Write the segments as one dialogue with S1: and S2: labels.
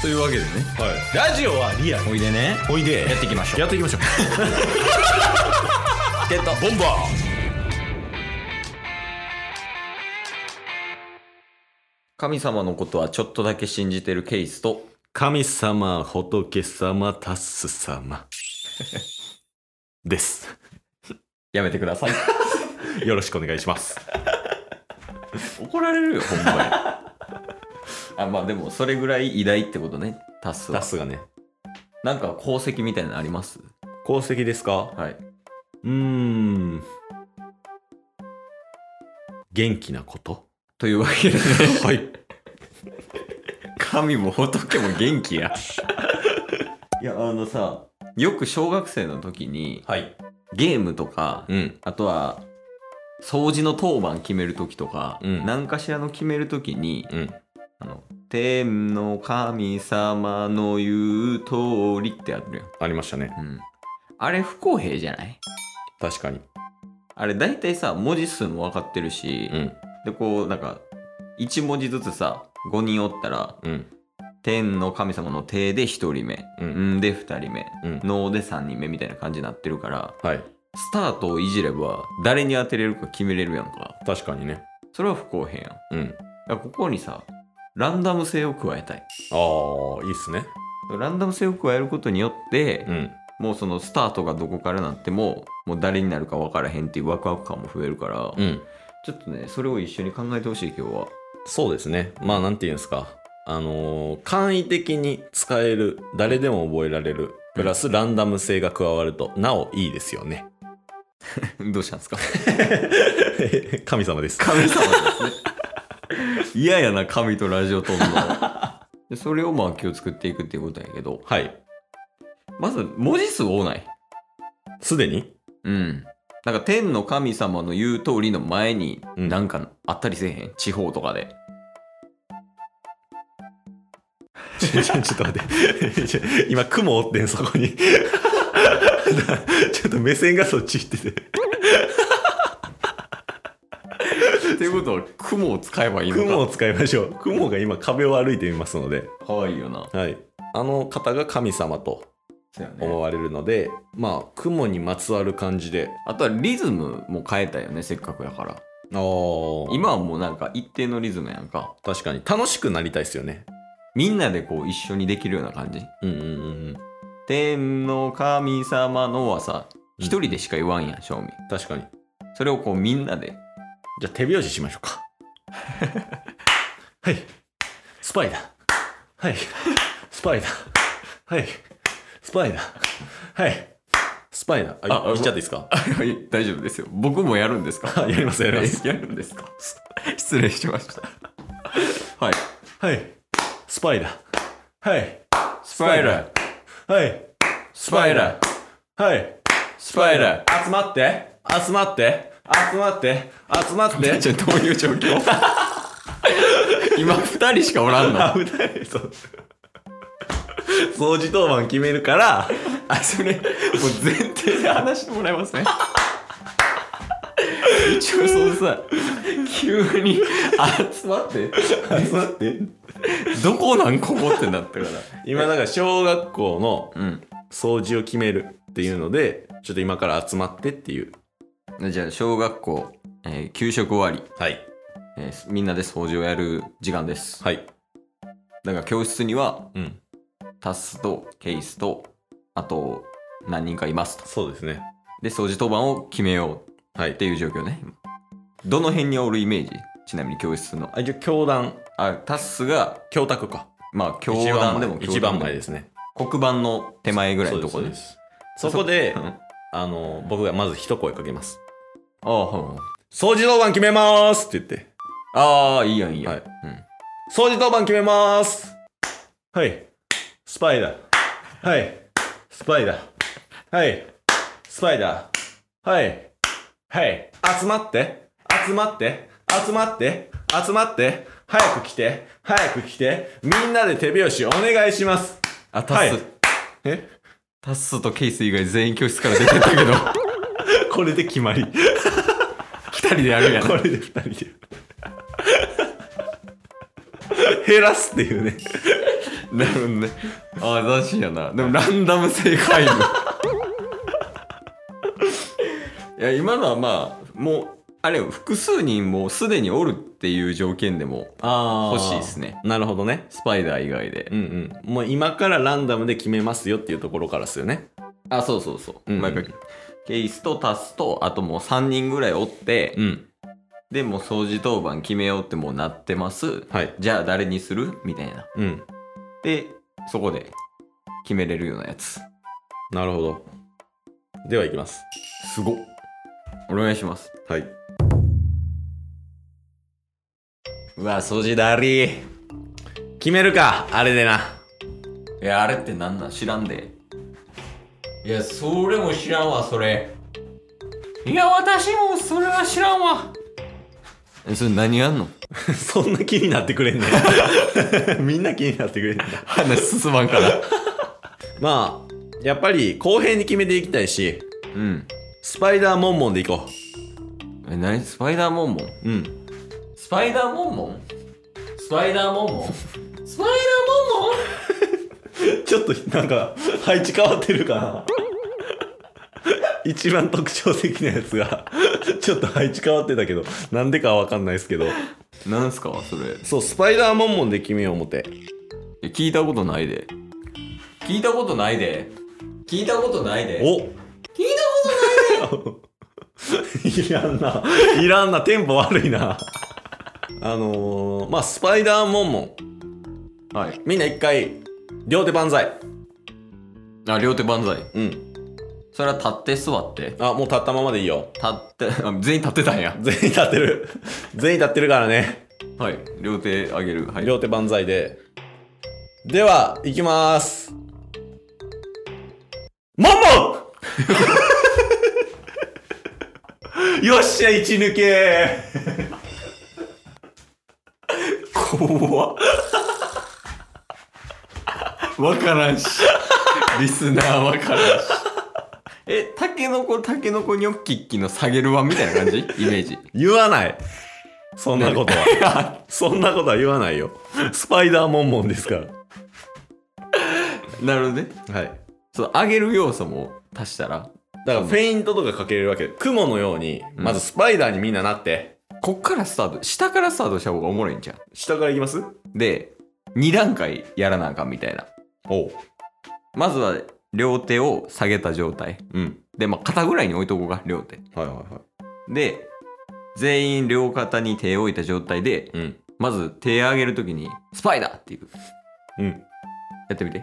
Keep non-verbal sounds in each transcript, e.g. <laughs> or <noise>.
S1: というわけでね
S2: はい、ラジオはリアル
S1: おいでね
S2: おいで
S1: やっていきましょう
S2: やっていきましょう
S1: ゲット
S2: ボンバ
S1: 神様のことはちょっとだけ信じてるケースと
S2: 神様仏様タス様です
S1: やめてください
S2: よろしくお願いします
S1: <laughs> 怒られるよほんまに <laughs> あまあでもそれぐらい偉大ってことねタスは
S2: タスがね
S1: なんか功績みたいなのあります
S2: 功績ですか
S1: はいう
S2: ーん元気なこと
S1: というわけ <laughs> でね
S2: はい
S1: 神も仏も元気や <laughs> いやあのさよく小学生の時に
S2: はい
S1: ゲームとか
S2: うん
S1: あとは掃除の当番決める時とか、
S2: うん
S1: 何かしらの決める時に
S2: うん
S1: あの天の神様の言う通りってあるよ、
S2: ありましたね
S1: うん、あれ不公平じゃない
S2: 確かに
S1: あれ大体さ文字数も分かってるし、
S2: うん
S1: でこうなんか1文字ずつさ5人おったら
S2: うん
S1: 天の神様の手で1人目、
S2: うん
S1: ん、で2人目、
S2: うん
S1: 脳で3人目みたいな感じになってるから
S2: はい
S1: スタートをいじれば誰に当てれるか決めれるやんか
S2: 確かにね
S1: それは不公平やんだか
S2: うん
S1: らここにさランダム性を加えたい
S2: ああいいっすね
S1: ランダム性を加えることによって、
S2: うん
S1: もうそのスタートがどこからなってももう誰になるか分からへんっていうワクワク感も増えるから、
S2: うん
S1: ちょっとねそれを一緒に考えてほしい今日は
S2: そうですね。まあ、なんていうんですか。あのー簡易的に使える、誰でも覚えられる、プラスランダム性が加わると、なおいいですよね。
S1: <laughs>
S2: <laughs>
S1: どうしたんですか
S2: 神様です。
S1: 神様ですね <laughs> 嫌やな神とラジオとんのでそれをまあ気を作っていくっていうことやけど
S2: <laughs> はい。
S1: まず文字数多ない
S2: すでに <laughs>
S1: うんなんか天の神様の言う通りの前に
S2: うん
S1: なんかあったりせえへん、地方とかで
S2: ちょちょちょっと待って。 <laughs> ちょ今、雲おってん、そこに。 <laughs> ちょっと目線がそっち行ってて。
S1: っていうことは雲を使えばいいのか
S2: 雲を使いましょう。雲が今、壁を歩いてみますので。
S1: かわいいよな
S2: はい。あの方が神様と
S1: そうやね
S2: 思われるので、まあ、雲にまつわる感じで。
S1: あとはリズムも変えたよねせっかくやから
S2: ああ
S1: 今はもうなんか一定のリズムやんか
S2: 確かに楽しくなりたいですよね
S1: みんなでこう一緒にできるような感じ
S2: うんうんうんうん
S1: 天の神様のはさ一人でしか言わんやん正味
S2: 確かに
S1: それをこうみんなで
S2: じゃあ手拍子しましょうか <laughs> はいスパイだはいスパイだはいスパイだはいスパイだあ
S1: あ
S2: 言っちゃっていいですか
S1: はい <laughs> 大丈夫ですよ僕 <laughs> もやるんですか
S2: あやりますやります
S1: やるんですか <laughs> 失礼しましたはい
S2: はいスパイだはい
S1: ス
S2: ス
S1: パイラー
S2: ーはい
S1: ス
S2: ス
S1: パ
S2: パ
S1: イ
S2: イ
S1: ラ
S2: ラ
S1: ー
S2: ーはい
S1: スパイラ
S2: 集まって集まって集まって集まっ
S1: ー
S2: て
S1: <laughs> じゃどういう状 <laughs> 況今二人しかおらんの <laughs>
S2: あ、二人、そう。掃除当番決めるから、
S1: あそれもう前提で話してもらえますね一応そのさ
S2: <laughs>
S1: 急に集まって
S2: 集まって。
S1: どこなんここってなったから
S2: 今、だから小学校の
S1: うん
S2: 掃除を決めるっていうので、ちょっと今から集まってっていう。
S1: じゃあ小学校、えー給食終わり、
S2: はい。
S1: えーみんなで掃除をやる時間です
S2: はい。
S1: だから教室には
S2: うん。
S1: タスとケイスとあと何人かいますと
S2: そうですね。
S1: で掃除当番を決めよう
S2: は
S1: っ
S2: い。
S1: ていう状況ねどの辺におるイメージちなみに教室の
S2: あ、じゃあ教団、
S1: あタスが
S2: 教託か。
S1: まあ教団でも
S2: 一
S1: 教
S2: 番前一番
S1: 団
S2: 前
S1: でも
S2: ですね。
S1: 黒板の手前ぐらいのとこ
S2: そう
S1: で
S2: です。そうですそこで
S1: う、ん
S2: あの、僕がまず一声かけます。
S1: ああはい
S2: 掃除当番決めまーすって言って。
S1: ああいいやんいいやん、
S2: はい
S1: うん
S2: 掃除当番決めますはいスパイだはいスパイだはいスパイだはいはい集まって集まって集まって集まって早く来て早く来てみんなで手拍子お願いします
S1: あタス、
S2: はいえ
S1: タスとケイス以外全員教室から出てったけ
S2: <laughs>
S1: ど
S2: これで決まりこ
S1: 二人でやるやん
S2: れで2人で減らすっていうね
S1: なるほどねああ斬新やなでもランダム性皆無 <laughs> いや今のはまあもうあれよ複数人もうすでにおるっていう条件でも
S2: あ
S1: 欲しいですね
S2: なるほどね
S1: スパイダー以外で、
S2: うんうんもう今からランダムで決めますよっていうところからですよね
S1: あそうそうそう、
S2: うんうん
S1: 毎回ケースと足すとあともう3人ぐらいおって、
S2: うん
S1: でもう掃除当番決めようってもうなってます
S2: はい
S1: じゃあ誰にするみたいな
S2: うん
S1: でそこで決めれるようなやつ
S2: なるほどではいきます
S1: すごっお願いします
S2: はいう
S1: わ掃除だりー
S2: 決めるかあれでない <laughs>
S1: やあれってなんなん知らんでいやそれも知らんわそれいや私もそれは知らんわえそれ何やんの
S2: そんな気になってくれんねみんな <laughs> 気になってくれんね
S1: 話進まんから
S2: まあやっぱり公平に決めていきたいし
S1: うん
S2: スパイダーモンモンでいこ
S1: え何スパイダーモンモン
S2: ううん <laughs>
S1: スパイダーモンモンスパイダーモンモンスパイダーモンモン
S2: ちょっとなんか配置変わってるかな <laughs> 一番特徴的なやつがちょっと配置変わってたけどなんでかわかんないですけど
S1: なんすかそれ
S2: そうスパイダーモンモンで決めよう思て
S1: え聞いたことないで聞いたことないで聞いたことないで
S2: お
S1: 聞い
S2: <laughs> いらんな。いらんな。テンポ悪いな。あのー、まあ、スパイダーモンモン。
S1: たはい
S2: みんな一回、両手万歳。
S1: あ両手万歳
S2: うん。
S1: それは立って座って
S2: あ、もう立ったままでいいよ。
S1: 立ってあ全員立ってたんや
S2: 全員立ってる。全員立ってるからね。
S1: はい両手上げるはい
S2: 両手万歳で。では、行きまーす。モンモ <laughs> ンよっしゃ、一抜け
S1: 怖わからんし <laughs> リスナーわからんしえタケノコタケノコニョッキッキの下げるわみたいな感じイメージ
S2: 言わないそんなことはそんなことは言わないよスパイダーモンモンですか
S1: なるほどね
S2: らはい
S1: そう上げる要素も足したら
S2: だからフェイントとかかけれるわけ雲のように
S1: うん
S2: まずスパイダーにみんななって、
S1: こっからスタート下からスタートした方がおもろいんじゃん
S2: 下からいきます
S1: で2段階やらなあかんみたいな
S2: おう
S1: まずは両手を下げた状態
S2: うん
S1: でまあ肩ぐらいに置いとこうか両手
S2: はいはいは
S1: で全員両肩に手を置いた状態で
S2: いうん
S1: まず手上げるときに「スパイダー!」っていう
S2: うん
S1: やってみて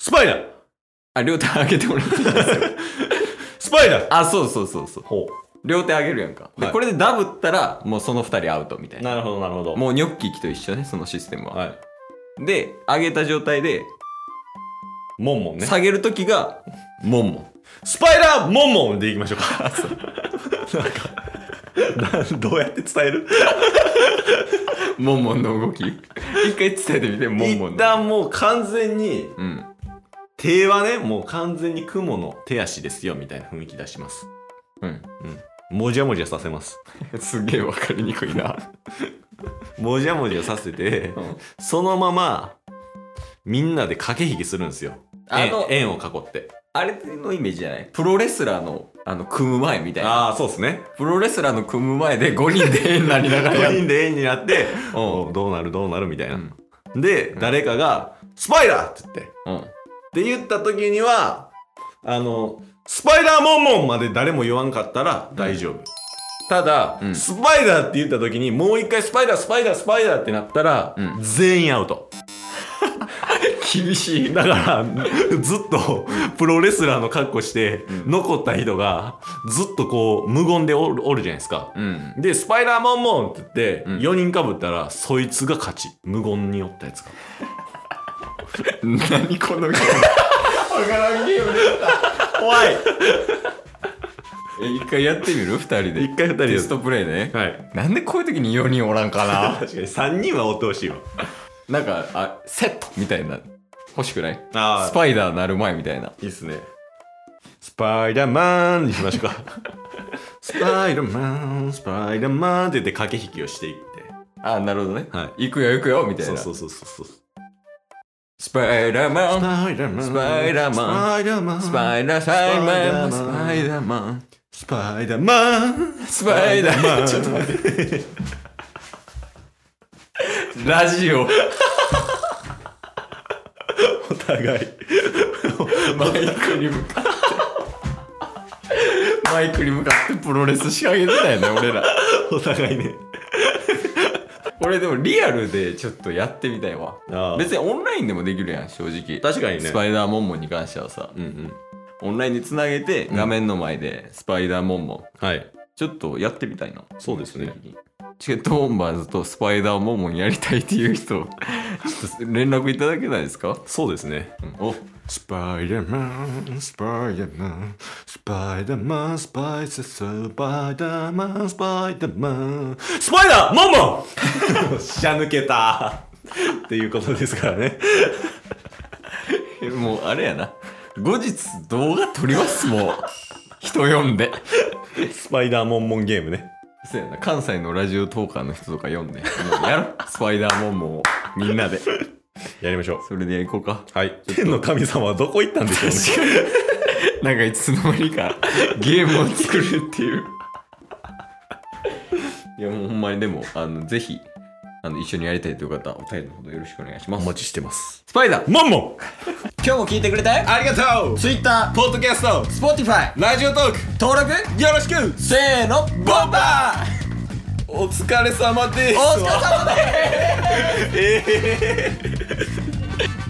S2: スパイダー
S1: あ両手上げてもらっていいです
S2: <laughs>
S1: よ
S2: スパイダー
S1: あそうそうそうそう
S2: ほ
S1: 両手上げるやんか、
S2: は
S1: で
S2: い
S1: これでダブったらもうその2人アウトみたいな
S2: なるほどなるほど
S1: もうニョッキー機と一緒ねそのシステムは、
S2: はい
S1: で上げた状態で
S2: モンモンね
S1: 下げるときがモンモン
S2: スパイダーモンモンでいきましょうか <laughs> なんかなんどうやって伝える
S1: モンモンの動 <laughs> き一回伝えてみてモンモン
S2: 一
S1: の
S2: 旦もう完全に
S1: うん
S2: 手はねもう完全に雲の手足ですよみたいな雰囲気出します
S1: うん
S2: もじゃもじゃさせます
S1: すげえわかりにくいな、
S2: もじゃもじゃさせて
S1: うん
S2: そのままみんなで駆け引きするんですよ
S1: あ
S2: 円
S1: の
S2: 円を囲って
S1: あれのイメージじゃないプロレスラーのあの組む前みたいな
S2: ああそうですね
S1: プロレスラーの組む前で5人で円になりながらや <laughs>
S2: 5
S1: る
S2: 人で円になって
S1: うん
S2: おうどうなるどうなるみたいな、
S1: うん
S2: で、
S1: ん
S2: 誰かが「スパイダー!」って言って
S1: うん
S2: って言った時にはあの「スパイダーモンモン!」まで誰も言わんかったら大丈夫、ただ、
S1: うん
S2: スパイダーって言った時にもう一回「スパイダースパイダースパイダー」ってなったら、
S1: うん
S2: 全員アウト
S1: 厳しい
S2: だからずっとプロレスラーの格好して、
S1: うん
S2: 残った人がずっとこう無言でおるおるじゃないですか、
S1: うん
S2: で「スパイダーモンモン!」って言って、
S1: うん
S2: 4人かぶったらそいつが勝ち無言におったやつが
S1: 何このゲームわからんゲームで
S2: 怖い
S1: <laughs> え一回やってみる2人で
S2: 一回二人で
S1: テストプレイね、
S2: はい
S1: なんでこういう時に4人おらんかな
S2: 確かに3人はおってほしいわ
S1: <laughs> なんかあセットみたいな欲しくない
S2: あ
S1: スパイダーなる前みたいない
S2: いっすね。スパイダーマンにしましょうか。 <laughs> スパイダーマン、スパイダーマンって言って駆け引きをしていって。
S1: あなるほどね
S2: は
S1: 行くよ行くよみ
S2: い。
S1: たい
S2: そ
S1: な
S2: うそうそうそうそう。
S1: スパイダーマン
S2: パイダーマン
S1: スパイダーマン
S2: スパイダーマン
S1: スパイダーサイマン
S2: ス
S1: ス
S2: パ
S1: パ
S2: イ
S1: イダーマン
S2: スパイダーマン
S1: スパイダーマンちょっと待ってラジオ
S2: お互い
S1: マイクに向かってマイクに向かってプロレス仕上げてたよね俺ら
S2: お互いね
S1: 俺でもリアルでちょっとやってみたいわ
S2: ああ
S1: 別にオンラインでもできるやん正直
S2: 確かにね
S1: スパイダーモンモンに関してはさ
S2: うんうん
S1: オンラインにつなげて画面の前でスパイダーモンモン
S2: はい
S1: ちょっとやってみたいな
S2: そうですね
S1: チケットボンバーズとスパイダーモンモンやりたいっていう人ちょっと連絡いただけないですか、
S2: そうですね
S1: うんお
S2: スパイダーマンスパイダーマンスパイダーマンスパイススパイダーマンスパイダーマンスパイダーマンマン <laughs> しゃ抜けたっていうことですからね
S1: えもうあれやな後日動画撮りますもう人呼んで
S2: スパイダーモンモンゲームね
S1: そうやな関西のラジオトーカーの人とか呼んでもうやろスパイダーモンモンをみんなで
S2: やりましょう
S1: それでいこうか <laughs>
S2: はい天の神様はどこ行ったんでしょうね
S1: なんかいつの間にかゲームを作るっていういやもうほんまにでもあのぜひあの一緒にやりたいという方お便りのほどよろしくお願いしま
S2: お
S1: す
S2: 待ちしてます
S1: スパイダー
S2: マンモン
S1: 今日も聞いてくれてあ
S2: ありがとう
S1: Twitter、
S2: ポッドキャスト
S1: Spotify、
S2: ラジオトーク
S1: 登録
S2: よろしく
S1: せーのボンバー
S2: お疲れ様です
S1: お疲れ様です
S2: えー